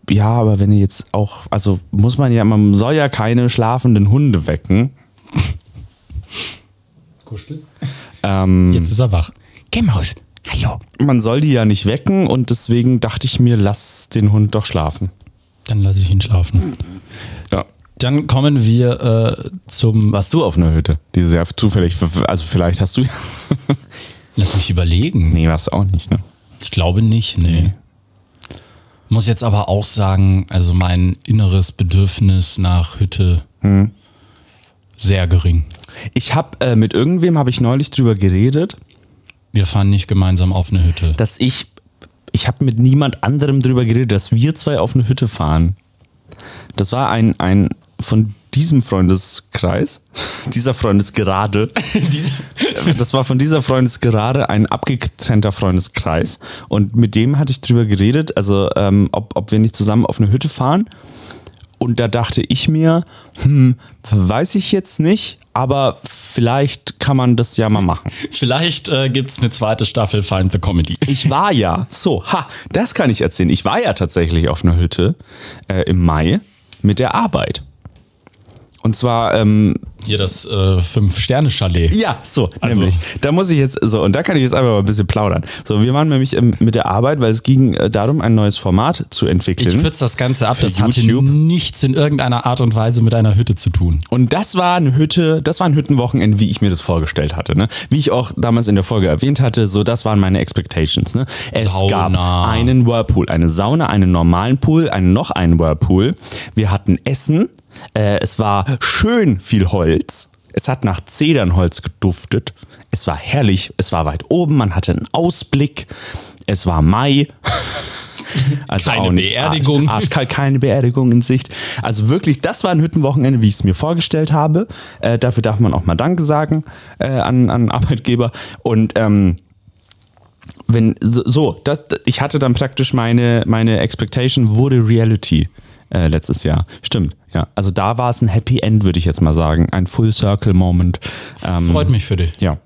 ja, aber wenn ihr jetzt auch, also muss man ja, man soll ja keine schlafenden Hunde wecken.
Kuschel.
Ähm,
Jetzt ist er wach. Gemmaus. Hallo.
man soll die ja nicht wecken und deswegen dachte ich mir, lass den Hund doch schlafen.
Dann lasse ich ihn schlafen.
Ja.
Dann kommen wir äh, zum.
Warst du auf einer Hütte? Dieses Jahr zufällig. Also vielleicht hast du.
Lass mich überlegen.
Nee, warst du auch nicht, ne?
Ich glaube nicht, nee. Muss jetzt aber auch sagen, also mein inneres Bedürfnis nach Hütte sehr gering.
Ich habe äh, mit irgendwem habe ich neulich drüber geredet,
Wir fahren nicht gemeinsam auf eine Hütte.
dass ich ich habe mit niemand anderem drüber geredet, dass wir zwei auf eine Hütte fahren. Das war ein ein von diesem Freundeskreis, dieser Freundesgerade. das war von dieser Freundesgerade ein abgetrennter Freundeskreis. Und mit dem hatte ich drüber geredet, also ähm, ob, ob wir nicht zusammen auf eine Hütte fahren. Und da dachte ich mir, hm, weiß ich jetzt nicht, aber vielleicht kann man das ja mal machen.
Vielleicht äh, gibt es eine zweite Staffel Find the Comedy.
Ich war ja, so, ha, das kann ich erzählen. Ich war ja tatsächlich auf einer Hütte äh, im Mai mit der Arbeit. Und zwar ähm,
Hier das äh, Fünf-Sterne-Chalet.
ja, so,
Also-
nämlich. Da muss ich jetzt, so, und da kann ich jetzt einfach mal ein bisschen plaudern. So, wir waren nämlich ähm, mit der Arbeit, weil es ging äh, darum, ein neues Format zu entwickeln.
Ich kürze das Ganze ab.
Für
Das hatte
YouTube.
nichts in irgendeiner Art und Weise mit einer Hütte zu tun.
Und das war eine Hütte, das war ein Hüttenwochenende, wie ich mir das vorgestellt hatte. Ne? Wie ich auch damals in der Folge erwähnt hatte, so das waren meine Expectations. Ne? Es
Sauna.
gab einen Whirlpool, eine Sauna, einen normalen Pool, einen noch einen Whirlpool. Wir hatten Essen, äh, es war schön viel Holz. Es hat nach Zedernholz geduftet. Es war herrlich, es war weit oben, man hatte einen Ausblick. Es war Mai. Also
Keine
auch nicht
Beerdigung.
Arsch, arschkalt, keine Beerdigung in Sicht. Also wirklich, das war ein Hüttenwochenende, wie ich es mir vorgestellt habe. Äh, dafür darf man auch mal Danke sagen äh, an, an Arbeitgeber. Und ähm, wenn so, so das, ich hatte dann praktisch meine, meine Expectation wurde Reality äh, letztes Jahr. Stimmt, ja. Also da war es ein Happy End, würde ich jetzt mal sagen. Ein Full Circle Moment. Ähm,
Freut mich für dich.
ja,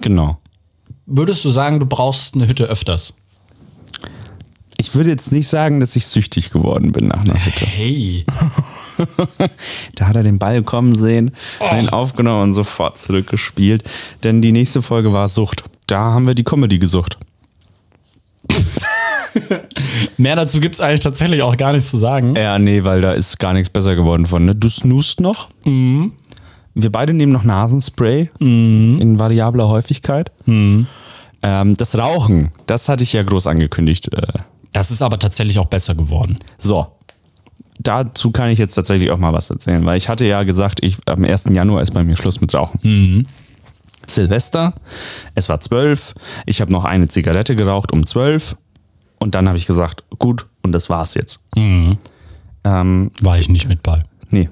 genau.
Hm. würdest du sagen, du brauchst eine Hütte öfters?
Ich würde jetzt nicht sagen, dass ich süchtig geworden bin nach einer Hütte.
Hey.
Da hat er den Ball kommen sehen, hat ihn aufgenommen und sofort zurückgespielt. Denn die nächste Folge war Sucht. Da haben wir die Comedy gesucht.
Mehr dazu gibt es eigentlich tatsächlich auch gar nichts zu sagen.
Ja, nee, weil da ist gar nichts besser geworden von. Ne? Du snoost noch. Wir beide nehmen noch Nasenspray in variabler Häufigkeit. Ähm, das Rauchen, das hatte ich ja groß angekündigt. Äh,
Das ist aber tatsächlich auch besser geworden.
So. Dazu kann ich jetzt tatsächlich auch mal was erzählen, weil ich hatte ja gesagt, ich, am 1. Januar ist bei mir Schluss mit Rauchen. Silvester, es war zwölf, ich habe noch eine Zigarette geraucht um zwölf und dann habe ich gesagt, gut, und das war's jetzt. Ähm,
War ich nicht mit bei.
nee,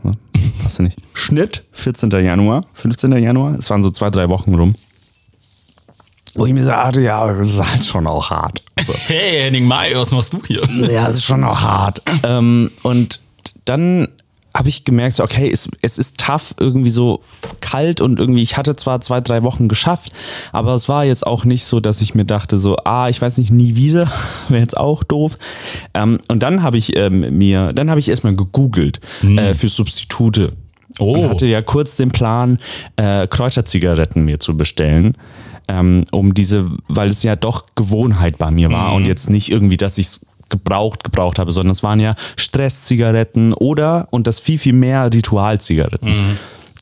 hast du nicht. Schnitt, 14. Januar, 15. Januar, es waren so zwei, drei Wochen rum. Wo ich mir sagte, ja, das ist halt schon auch hart. So.
Hey, Henning Mai, was machst du hier?
Ja, es ist schon auch hart. Ähm, und dann habe ich gemerkt, so, okay, es, es ist tough, irgendwie so kalt und irgendwie, ich hatte zwar zwei, drei Wochen geschafft, aber es war jetzt auch nicht so, dass ich mir dachte, so, ah, ich weiß nicht, nie wieder, wäre jetzt auch doof. Ähm, und dann habe ich ähm, mir, dann habe ich erstmal gegoogelt äh, für Substitute.
Oh.
Und hatte ja kurz den Plan, äh, Kräuterzigaretten mir zu bestellen. Ähm, um diese, weil es ja doch Gewohnheit bei mir war und jetzt nicht irgendwie, dass ich es gebraucht, gebraucht habe, sondern es waren ja Stresszigaretten oder, und das viel, viel mehr, Ritualzigaretten.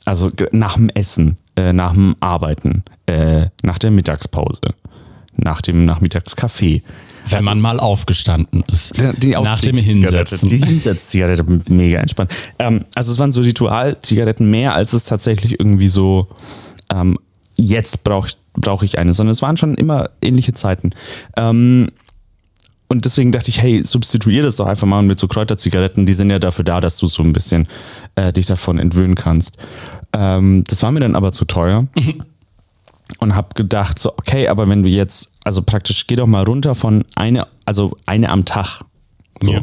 Also ge- nach dem Essen, äh, nach dem Arbeiten, äh, nach der Mittagspause, nach dem Nachmittagskaffee.
Wenn man mal aufgestanden ist. Nach dem
Aufstiegszigarette.
Hinsetzen.
Die Hinsetzzigarette, mega entspannt. Ähm, also es waren so Ritualzigaretten mehr, als es tatsächlich irgendwie so, ähm, jetzt brauche ich, brauch ich eine, sondern es waren schon immer ähnliche Zeiten. Ähm, und deswegen dachte ich, hey, substituier das doch einfach mal mit so Kräuterzigaretten, die sind ja dafür da, dass du so ein bisschen äh, dich davon entwöhnen kannst. Ähm, das war mir dann aber zu teuer und habe gedacht, so, okay, aber wenn du jetzt, also praktisch geh doch mal runter von eine, also eine am Tag. So.
Ja.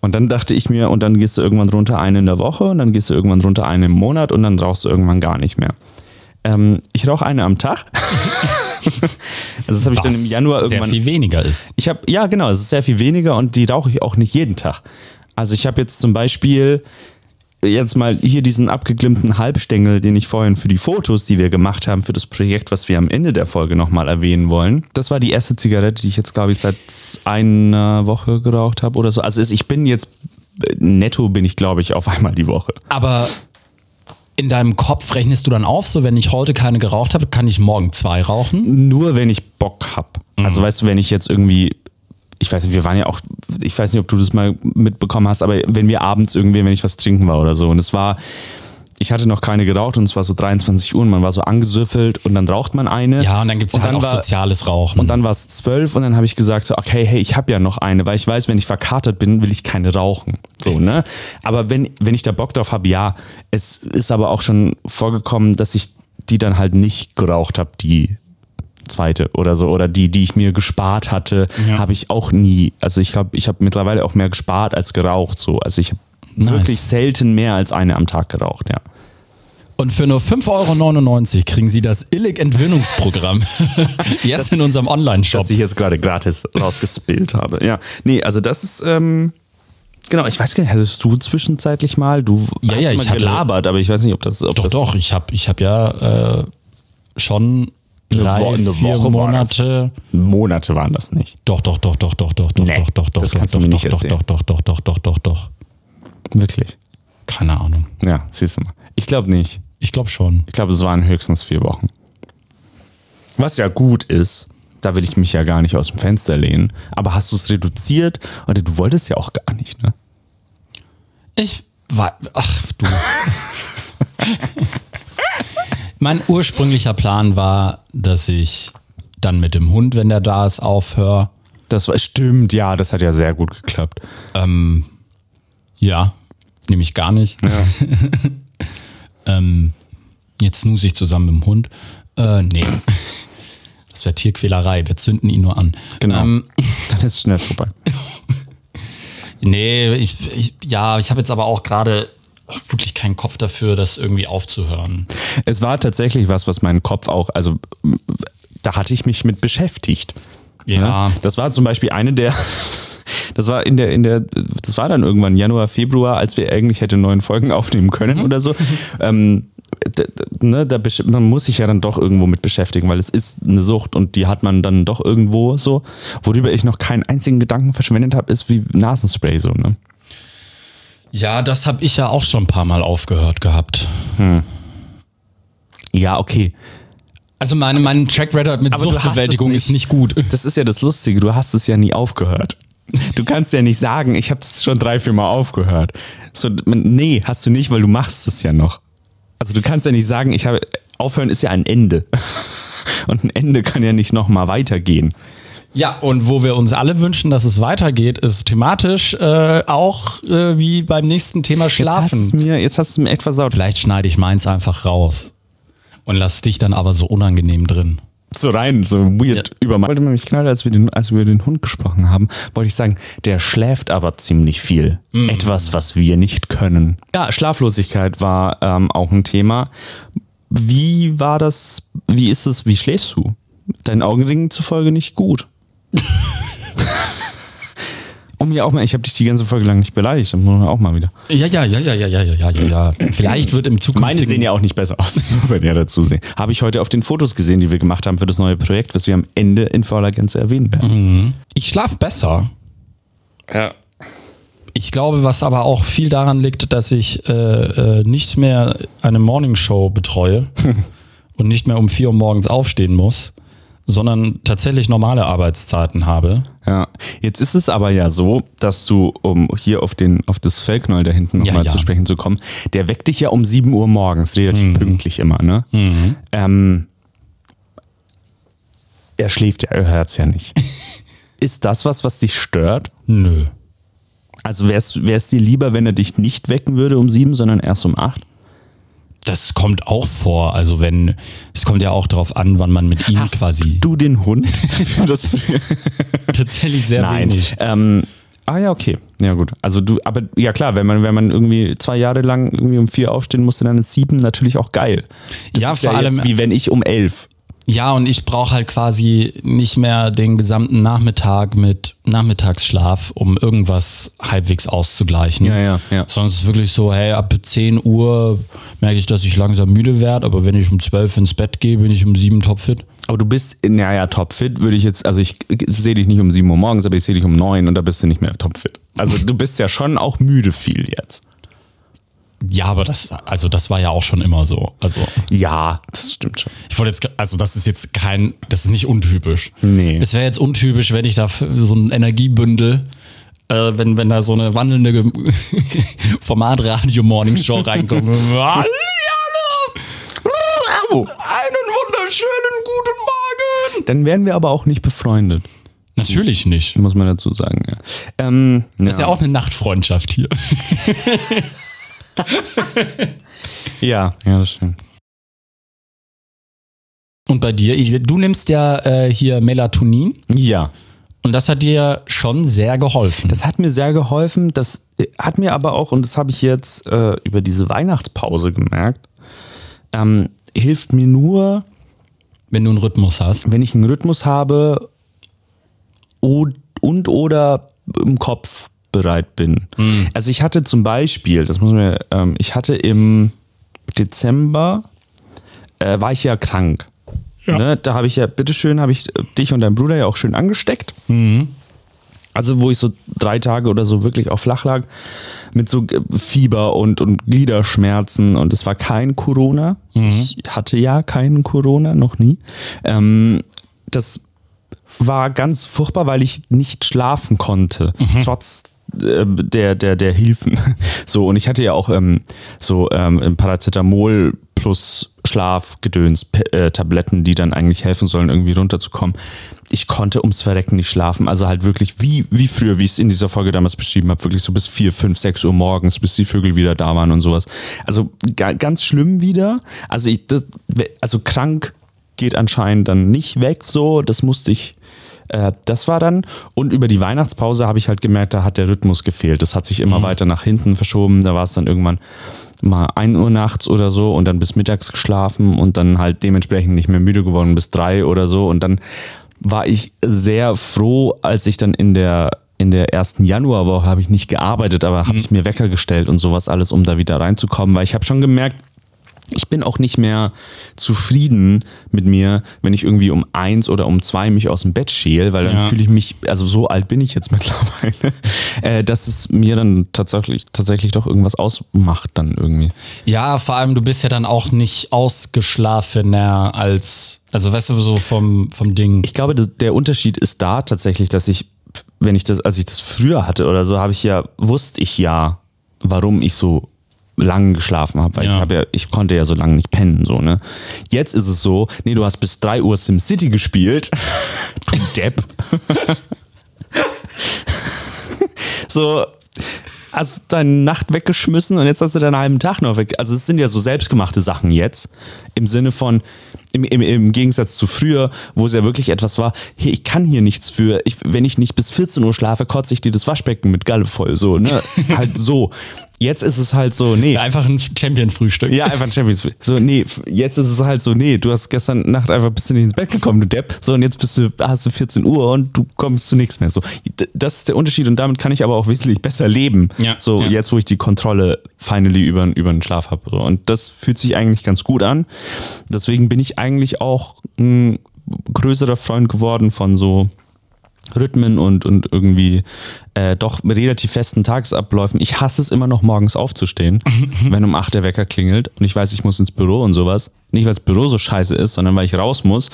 Und dann dachte ich mir, und dann gehst du irgendwann runter eine in der Woche und dann gehst du irgendwann runter eine im Monat und dann rauchst du irgendwann gar nicht mehr. Ähm, ich rauche eine am Tag. also das habe ich dann im
Was
Januar irgendwann.
Sehr viel weniger ist.
Ich habe, ja genau, es ist sehr viel weniger und die rauche ich auch nicht jeden Tag. Also ich habe jetzt zum Beispiel jetzt mal hier diesen abgeglimmten Halbstängel, den ich vorhin für die Fotos, die wir gemacht haben, für das Projekt, was wir am Ende der Folge nochmal erwähnen wollen. Das war die erste Zigarette, die ich jetzt, glaube ich, seit einer Woche geraucht habe oder so. Also es- ich bin jetzt, äh, netto bin ich, glaube ich, auf einmal die Woche.
Aber in deinem Kopf rechnest du dann auf, so wenn ich heute keine geraucht habe, kann ich morgen zwei rauchen?
nur wenn ich Bock hab.
Mhm.
Also weißt du, wenn ich jetzt irgendwie, ich weiß nicht, wir waren ja auch, ich weiß nicht, ob du das mal mitbekommen hast, aber wenn wir abends irgendwie, wenn ich was trinken war oder so und es war, ich hatte noch keine geraucht und es war so 23 Uhr und man war so angesüffelt und dann raucht man eine.
Ja, und dann gibt es halt
dann
auch
war-
soziales Rauchen.
und dann war es zwölf und dann habe ich gesagt so, okay, hey, ich habe ja noch eine, weil ich weiß, wenn ich verkatert bin, will ich keine rauchen. So, ne? Aber wenn, wenn ich da Bock drauf habe, ja. Es ist aber auch schon vorgekommen, dass ich die dann halt nicht geraucht habe, die zweite oder so. Oder die, die ich mir gespart hatte,
Ja.
habe ich auch nie. Also ich glaube, ich habe mittlerweile auch mehr gespart als geraucht. So. Also ich habe
Nice.
wirklich selten mehr als eine am Tag geraucht, ja.
Und für nur 5,99 Euro kriegen Sie das Illig-Entwöhnungsprogramm. Jetzt in unserem Online-Shop.
dass ich jetzt gerade gratis rausgespielt habe. Ja, nee, also das ist, ähm, genau, ich weiß gar nicht, hattest du zwischenzeitlich mal, du
Ja,
hast
ja,
mal
ich hatte-
gelabert, aber ich weiß nicht, ob das, ob
Doch,
das
doch. Ich habe ich hab ja äh, schon drei,
Wo- eine
vier
Woche war das.
Monate.
Monate waren das nicht.
Doch, doch, doch, doch, doch, doch, doch,
Nee,
doch, doch, doch,
das
doch,
kannst du
doch,
mir
doch,
nicht
doch,
erzählen.
doch, doch, doch, doch, doch, doch, doch.
Wirklich?
Keine Ahnung.
Ja, siehst du mal. Ich glaube nicht.
Ich glaube schon.
Ich glaube, es waren höchstens vier Wochen. Was ja gut ist, da will ich mich ja gar nicht aus dem Fenster lehnen, aber hast du es reduziert? Oder du wolltest ja auch gar nicht, ne?
Ich war. Ach, du. mein ursprünglicher Plan war, dass ich dann mit dem Hund, wenn der da ist, aufhöre.
Das war, stimmt, ja, das hat ja sehr gut geklappt.
Ja, nämlich gar nicht. ähm, jetzt snooze ich zusammen mit dem Hund. Äh, nee. Das wäre Tierquälerei. Wir zünden ihn nur an.
Genau.
Ähm,
Dann ist es schnell vorbei.
nee, ich, ich, ja, ich habe jetzt aber auch gerade auch wirklich keinen Kopf dafür, das irgendwie aufzuhören.
Es war tatsächlich was, was meinen Kopf auch, also m- da hatte ich mich mit beschäftigt.
Ja.
das war zum Beispiel eine der. Das war in der, in der, das war dann irgendwann Januar, Februar, als wir eigentlich hätte neun Folgen aufnehmen können oder so. Ähm, da, da- ne, da, besch- man muss sich ja dann doch irgendwo mit beschäftigen, weil es ist eine Sucht und die hat man dann doch irgendwo so. Worüber ich noch keinen einzigen Gedanken verschwendet habe, ist wie Nasenspray so, ne?
Ja, das habe ich ja auch schon ein paar Mal aufgehört gehabt.
Ja, okay.
Also meine, mein Track Record mit
Aber du hast es
Suchtbewältigung
nicht.
ist nicht gut.
Das ist ja das Lustige, du hast es ja nie aufgehört. Du kannst ja nicht sagen, ich habe es schon drei, vier Mal aufgehört. So, man- nee, hast du nicht, weil du machst es ja noch. Also du kannst ja nicht sagen, ich habe aufhören ist ja ein Ende. Und ein Ende kann ja nicht nochmal weitergehen.
Ja, und wo wir uns alle wünschen, dass es weitergeht, ist thematisch äh, auch äh, wie beim nächsten Thema
Jetzt hast
Schlafen.
du mir, jetzt hast du mir etwas saut.
Vielleicht schneide ich meins einfach raus und lass dich dann aber so unangenehm drin.
So rein, so weird
Ja.
über Wollte man mich knallen, als wir, den, als wir über den Hund gesprochen haben, wollte ich sagen, der schläft aber ziemlich viel. Etwas, was wir nicht können. Ja, Schlaflosigkeit war ähm, auch ein Thema. Wie war das, wie ist es, wie schläfst du? Deinen Augenringen zufolge nicht gut. Und mir Um auch mal, ich habe dich die ganze Folge lang nicht beleidigt, dann muss man auch mal wieder.
Ja, ja, ja, ja, ja, ja, ja, ja, ja. Vielleicht wird im Zukunft.
Meine sehen ja auch nicht besser aus, das muss man ja dazu sehen. Habe ich heute auf den Fotos gesehen, die wir gemacht haben für das neue Projekt, was wir am Ende in voller Gänze erwähnen werden.
Ich schlaf besser.
Ja.
Ich glaube, was aber auch viel daran liegt, dass ich äh, äh, nicht mehr eine Morningshow betreue und nicht mehr um 4 Uhr morgens aufstehen muss, sondern tatsächlich normale Arbeitszeiten habe.
Ja, jetzt ist es aber ja so, dass du, um hier auf, den, auf das Fellknäuel da hinten
Ja,
nochmal
ja.
zu sprechen zu kommen, der weckt dich ja um 7 Uhr morgens, relativ pünktlich immer, ne? Ähm, er schläft ja, er hört's ja nicht. ist das was, was dich stört?
Nö.
Also wär's, wär's dir lieber, wenn er dich nicht wecken würde um 7, sondern erst um 8?
Das kommt auch vor. Also wenn, es kommt ja auch darauf an, wann man mit ihm quasi
du den Hund für das Frühstück?
tatsächlich sehr
Nein.
wenig.
Ähm, ah ja, okay. Ja gut. Also du, aber ja klar, wenn man, wenn man irgendwie zwei Jahre lang irgendwie um vier aufstehen musste, dann ist sieben natürlich auch geil. Das
Ja,
ist
vor allem-
jetzt wie wenn ich um elf.
Ja, und ich brauche halt quasi nicht mehr den gesamten Nachmittag mit Nachmittagsschlaf, um irgendwas halbwegs auszugleichen.
Ja, ja, ja.
Sonst ist es wirklich so, hey, ab 10 Uhr merke ich, dass ich langsam müde werde, aber wenn ich um 12 ins Bett gehe, bin ich um 7 topfit.
Aber du bist, naja, topfit würde ich jetzt, also ich sehe dich nicht um sieben Uhr morgens, aber ich sehe dich um neun und da bist du nicht mehr topfit. Also du bist ja schon auch müde viel jetzt.
Ja, aber das, also das war ja auch schon immer so. Also
Ja, das stimmt schon.
ich wollte jetzt, ge- also das ist jetzt kein, das ist nicht untypisch.
Nee.
Es wäre jetzt untypisch, wenn ich da f- so ein Energiebündel, äh, wenn, wenn da so eine wandelnde Ge- Formatradio-Morning-Show reinkommt. Halli, hallo! Einen wunderschönen guten Morgen!
Dann wären wir aber auch nicht befreundet,
Natürlich nicht.
muss man dazu sagen. Ja. Ähm,
Das ist ja auch eine Nachtfreundschaft hier.
Ja, ja, das stimmt.
Und bei dir, ich- du nimmst ja äh, hier Melatonin
Ja,
und das hat dir schon sehr geholfen.
Das hat mir sehr geholfen. Das äh, hat mir aber auch, und das habe ich jetzt äh, über diese Weihnachtspause gemerkt, ähm, hilft mir nur,
wenn du einen Rhythmus hast.
wenn ich einen Rhythmus habe und, und oder im Kopf bereit bin.
Mhm. Hm.
Also ich hatte zum Beispiel, das muss man, ähm, ich hatte im Dezember, äh, war ich ja krank. Ne, da habe ich ja, bitteschön, habe ich äh, dich und deinen Bruder ja auch schön angesteckt. Also wo ich so drei Tage oder so wirklich auf flach lag mit so äh, Fieber und, und Gliederschmerzen und es war kein Corona. Ich hatte ja keinen Corona, noch nie. Ähm, das war ganz furchtbar, weil ich nicht schlafen konnte, trotz äh, der, der, der Hilfen. So, und ich hatte ja auch ähm, so ähm, Paracetamol plus Schlafgedöns, P- äh, Tabletten, die dann eigentlich helfen sollen, irgendwie runterzukommen. Ich konnte ums Verrecken nicht schlafen. Also halt wirklich wie, wie früher, wie ich es in dieser Folge damals beschrieben habe, wirklich so bis 4, 5, 6 Uhr morgens, bis die Vögel wieder da waren und sowas. Also ga, ganz schlimm wieder. Also ich, das, also krank geht anscheinend dann nicht weg so. Das musste ich, äh, das war dann. Und über die Weihnachtspause habe ich halt gemerkt, da hat der Rhythmus gefehlt. Das hat sich immer weiter nach hinten verschoben. Da war es dann irgendwann mal 1 Uhr nachts oder so und dann bis mittags geschlafen und dann halt dementsprechend nicht mehr müde geworden bis 3 oder so. Und dann war ich sehr froh, als ich dann in der in der ersten Januarwoche habe ich nicht gearbeitet, aber habe ich mir Wecker gestellt und sowas alles, um da wieder reinzukommen, weil ich habe schon gemerkt, ich bin auch nicht mehr zufrieden mit mir, wenn ich irgendwie um eins oder um zwei mich aus dem Bett schäle, weil dann
Ja.
fühle ich mich, also so alt bin ich jetzt mittlerweile, äh, dass es mir dann tatsächlich, tatsächlich doch irgendwas ausmacht dann irgendwie.
Ja, vor allem, du bist ja dann auch nicht ausgeschlafener als, also weißt du, so vom, vom Ding.
Ich glaube, das- der Unterschied ist da tatsächlich, dass ich, wenn ich das, als ich das früher hatte oder so, habe ich ja, wusste ich ja, warum ich so lang geschlafen habe, weil
Ja.
ich habe ja, ich konnte ja so lange nicht pennen, so, ne? Jetzt ist es so, nee, du hast bis 3 Uhr SimCity gespielt. du Depp. so, hast deine Nacht weggeschmissen und jetzt hast du deinen halben Tag noch weg. Also es sind ja so selbstgemachte Sachen jetzt. Im Sinne von, im, im, im Gegensatz zu früher, wo es ja wirklich etwas war, hey, ich kann hier nichts für, ich, wenn ich nicht bis 14 Uhr schlafe, kotze ich dir das Waschbecken mit Galle voll. So, ne? halt so. Jetzt ist es halt so, nee.
Einfach ein Champion-Frühstück.
Ja, einfach ein Champions League. So, nee, f- jetzt ist es halt so, nee, du hast gestern Nacht einfach bist du nicht ins Bett gekommen, du Depp. So, und jetzt bist du, hast du 14 Uhr und du kommst zu nichts mehr. So, D- das ist der Unterschied und damit kann ich aber auch wesentlich besser leben.
Ja,
so,
ja.
jetzt, wo ich die Kontrolle finally über, über den Schlaf habe. So. Und das fühlt sich eigentlich ganz gut an. Deswegen bin ich eigentlich auch ein größerer Freund geworden von so Rhythmen und, und irgendwie äh, doch relativ festen Tagesabläufen. Ich hasse es immer noch, morgens aufzustehen, wenn um 8 der Wecker klingelt und ich weiß, ich muss ins Büro und sowas. Nicht, weil das Büro so scheiße ist, sondern weil ich raus muss,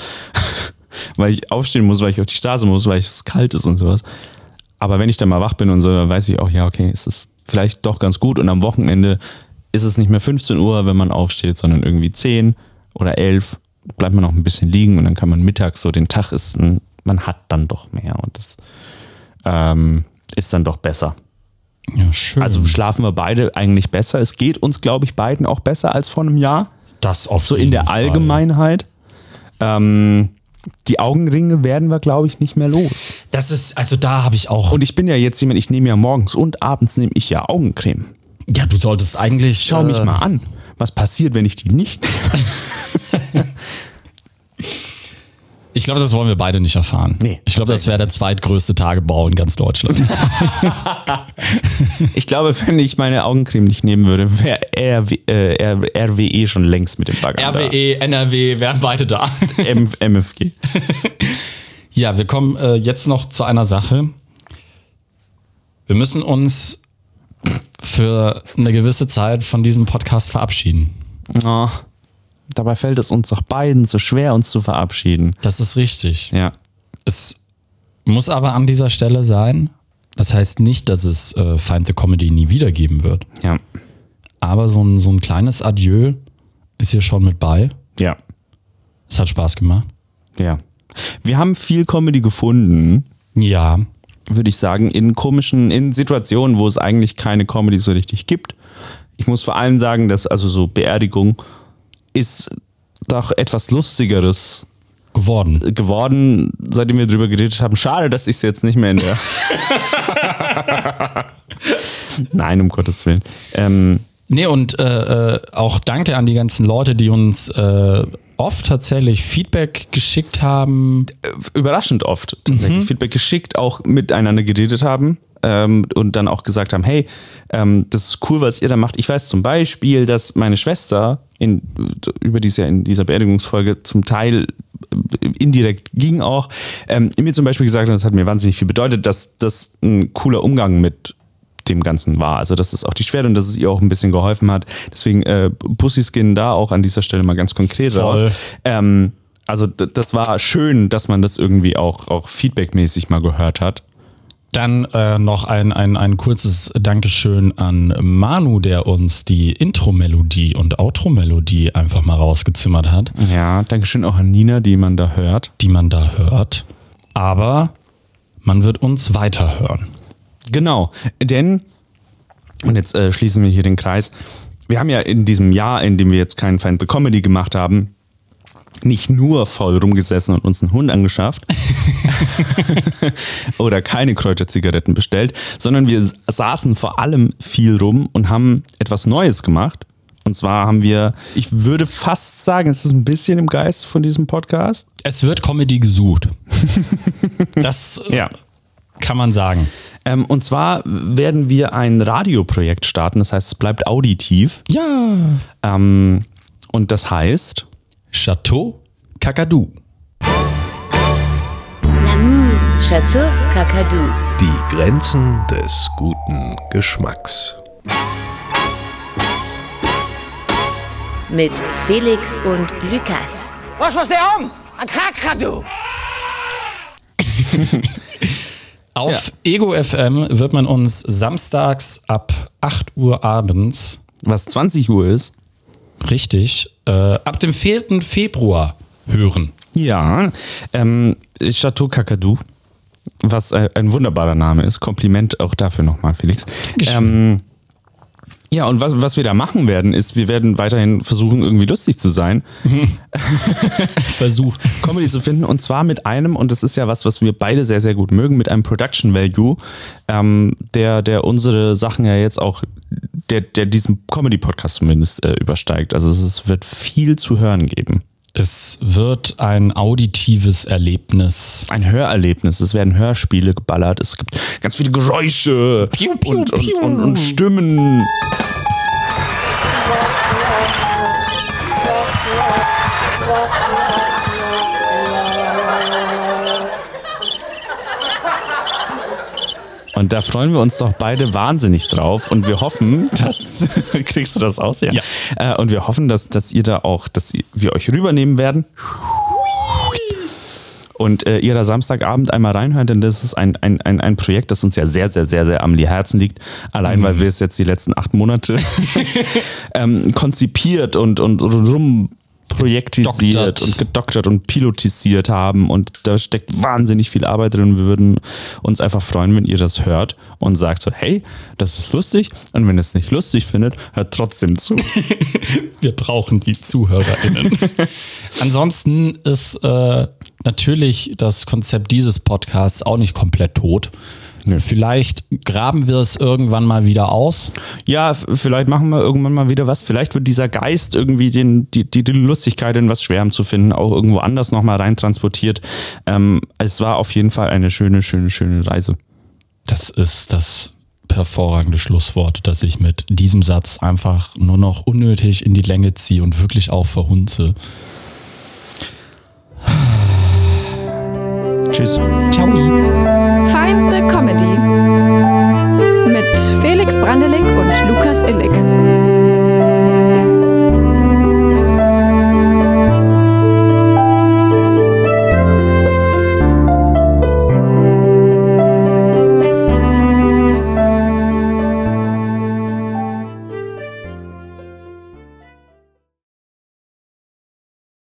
weil ich aufstehen muss, weil ich auf die Straße muss, weil es kalt ist und sowas. Aber wenn ich dann mal wach bin und so, dann weiß ich auch, ja, okay, es ist vielleicht doch ganz gut. Und am Wochenende ist es nicht mehr 15 Uhr, wenn man aufsteht, sondern irgendwie 10 oder 11. Bleibt man noch ein bisschen liegen und dann kann man mittags so den Tag essen. Man hat dann doch mehr und das ähm, ist dann doch besser.
Ja, schön.
Also schlafen wir beide eigentlich besser. Es geht uns, glaube ich, beiden auch besser als vor einem Jahr.
das auf
So in der Allgemeinheit. Ähm, die Augenringe werden wir, glaube ich, nicht mehr los.
Das ist, also da habe ich auch.
Und ich bin ja jetzt jemand, ich nehme ja morgens und abends nehme ich ja Augencreme.
ja, du solltest eigentlich.
Schau mich
äh,
mal an, was passiert, wenn ich die nicht nehme.
Ich glaube, das wollen wir beide nicht erfahren.
Nee,
ich glaube, das wäre der zweitgrößte Tagebau in ganz Deutschland.
Ich glaube, wenn ich meine Augencreme nicht nehmen würde, wäre RW, äh, R- RWE schon längst mit dem Bagger.
RWE, NRW wären beide da.
Da. M MFG.
Ja, wir kommen äh, jetzt noch zu einer Sache. Wir müssen uns für eine gewisse Zeit von diesem Podcast verabschieden.
Oh, dabei fällt es uns doch beiden so schwer, uns zu verabschieden.
Das ist richtig.
Ja.
Es muss aber an dieser Stelle sein. Das heißt nicht, dass es äh, Find the Comedy nie wieder geben wird.
Ja.
Aber so ein, so ein kleines Adieu ist hier schon mit bei.
Ja.
Es hat Spaß gemacht.
Ja. Wir haben viel Comedy gefunden.
Ja,
würde ich sagen, in komischen, in Situationen, wo es eigentlich keine Comedy so richtig gibt. Ich muss vor allem sagen, dass also so Beerdigung ist doch etwas Lustigeres
geworden.
geworden, seitdem wir drüber geredet haben. Schade, dass ich es jetzt nicht mehr in der. Nein, um Gottes Willen. Ähm,
Nee, und äh, äh, auch danke an die ganzen Leute, die uns äh, oft tatsächlich Feedback geschickt haben.
überraschend oft tatsächlich Feedback geschickt, auch miteinander geredet haben ähm, und dann auch gesagt haben, hey, ähm, das ist cool, was ihr da macht. Ich weiß zum Beispiel, dass meine Schwester, in, über die es ja in dieser Beerdigungsfolge zum Teil äh, indirekt ging auch, ähm, mir zum Beispiel gesagt hat, und das hat mir wahnsinnig viel bedeutet, dass das ein cooler Umgang mit dem Ganzen war. Also das ist auch die Schwere und dass es ihr auch ein bisschen geholfen hat. Deswegen äh, Pussyskin da auch an dieser Stelle mal ganz konkret raus.
Voll.
Ähm, also d- das war schön, dass man das irgendwie auch, auch feedbackmäßig mal gehört hat.
Dann äh, noch ein, ein, ein kurzes Dankeschön an Manu, der uns die Intro-Melodie und Outro-Melodie einfach mal rausgezimmert hat,
Ja, Dankeschön auch an Nina, die man da hört.
die man da hört. Aber man wird uns weiterhören.
Genau, denn, und jetzt äh, schließen wir hier den Kreis, wir haben ja in diesem Jahr, in dem wir jetzt keinen Find the Comedy gemacht haben, nicht nur faul rumgesessen und uns einen Hund angeschafft oder keine Kräuterzigaretten bestellt, sondern wir saßen vor allem viel rum und haben etwas Neues gemacht, Und zwar haben wir, ich würde fast sagen, es ist ein bisschen im Geist von diesem Podcast.
Es wird Comedy gesucht. das äh,
Ja.
kann man sagen.
Ähm, und zwar werden wir ein Radioprojekt starten, das heißt, es bleibt auditiv.
Ja.
Ähm, und das heißt,
Chateau Kakadu.
Namur, Château, Kakadu.
Die Grenzen des guten Geschmacks.
Mit Felix und Lukas.
Wasch was der um? Ein Krakadu.
Auf Ego FM wird man uns samstags ab 8 Uhr abends,
was 20 Uhr ist.
richtig, äh, ab dem 4. Februar hören.
Ja, ähm, Chateau Kakadu, was äh, ein wunderbarer Name ist. Kompliment auch dafür nochmal, Felix. Ähm, ja, und was, was wir da machen werden, ist, wir werden weiterhin versuchen, irgendwie lustig zu sein,
Versucht.
Comedy zu finden und zwar mit einem, und das ist ja was, was wir beide sehr, sehr gut mögen, mit einem Production Value, ähm, der, der unsere Sachen ja jetzt auch, der, der diesen Comedy-Podcast zumindest äh, übersteigt. Also es ist- wird viel zu hören geben.
Es wird ein auditives Erlebnis.
ein Hörerlebnis. Es werden Hörspiele geballert. Es gibt ganz viele Geräusche und, Und, und, und Stimmen. Und da freuen wir uns doch beide wahnsinnig drauf und wir hoffen, dass kriegst du das aus, ja.
Ja.
Äh, und wir hoffen, dass, dass ihr da auch, dass ihr- wir euch rübernehmen werden und äh, ihr da Samstagabend einmal reinhört, denn das ist ein, ein, ein, ein Projekt, das uns ja sehr, sehr, sehr, sehr am Herzen liegt. Allein, weil wir es jetzt die letzten acht Monate ähm, konzipiert und, und rumprojektisiert
Gedoktert.
und gedoktert und pilotisiert haben. Und da steckt wahnsinnig viel Arbeit drin. Wir würden uns einfach freuen, wenn ihr das hört und sagt so, hey, das ist lustig. Und wenn ihr es nicht lustig findet, hört trotzdem zu.
Wir brauchen die ZuhörerInnen. Ansonsten ist äh, natürlich das Konzept dieses Podcasts auch nicht komplett tot. Vielleicht graben wir es irgendwann mal wieder aus.
ja, f- vielleicht machen wir irgendwann mal wieder was. Vielleicht wird dieser Geist irgendwie den, die, die, die Lustigkeit in was Schwerem zu finden auch irgendwo anders nochmal rein transportiert. Ähm, es war auf jeden Fall eine schöne, schöne, schöne Reise.
Das ist das hervorragende Schlusswort, dass ich mit diesem Satz einfach nur noch unnötig in die Länge ziehe und wirklich auch verhunze.
Tschüss.
Find the Comedy mit Felix Brandelig und Lukas Illig.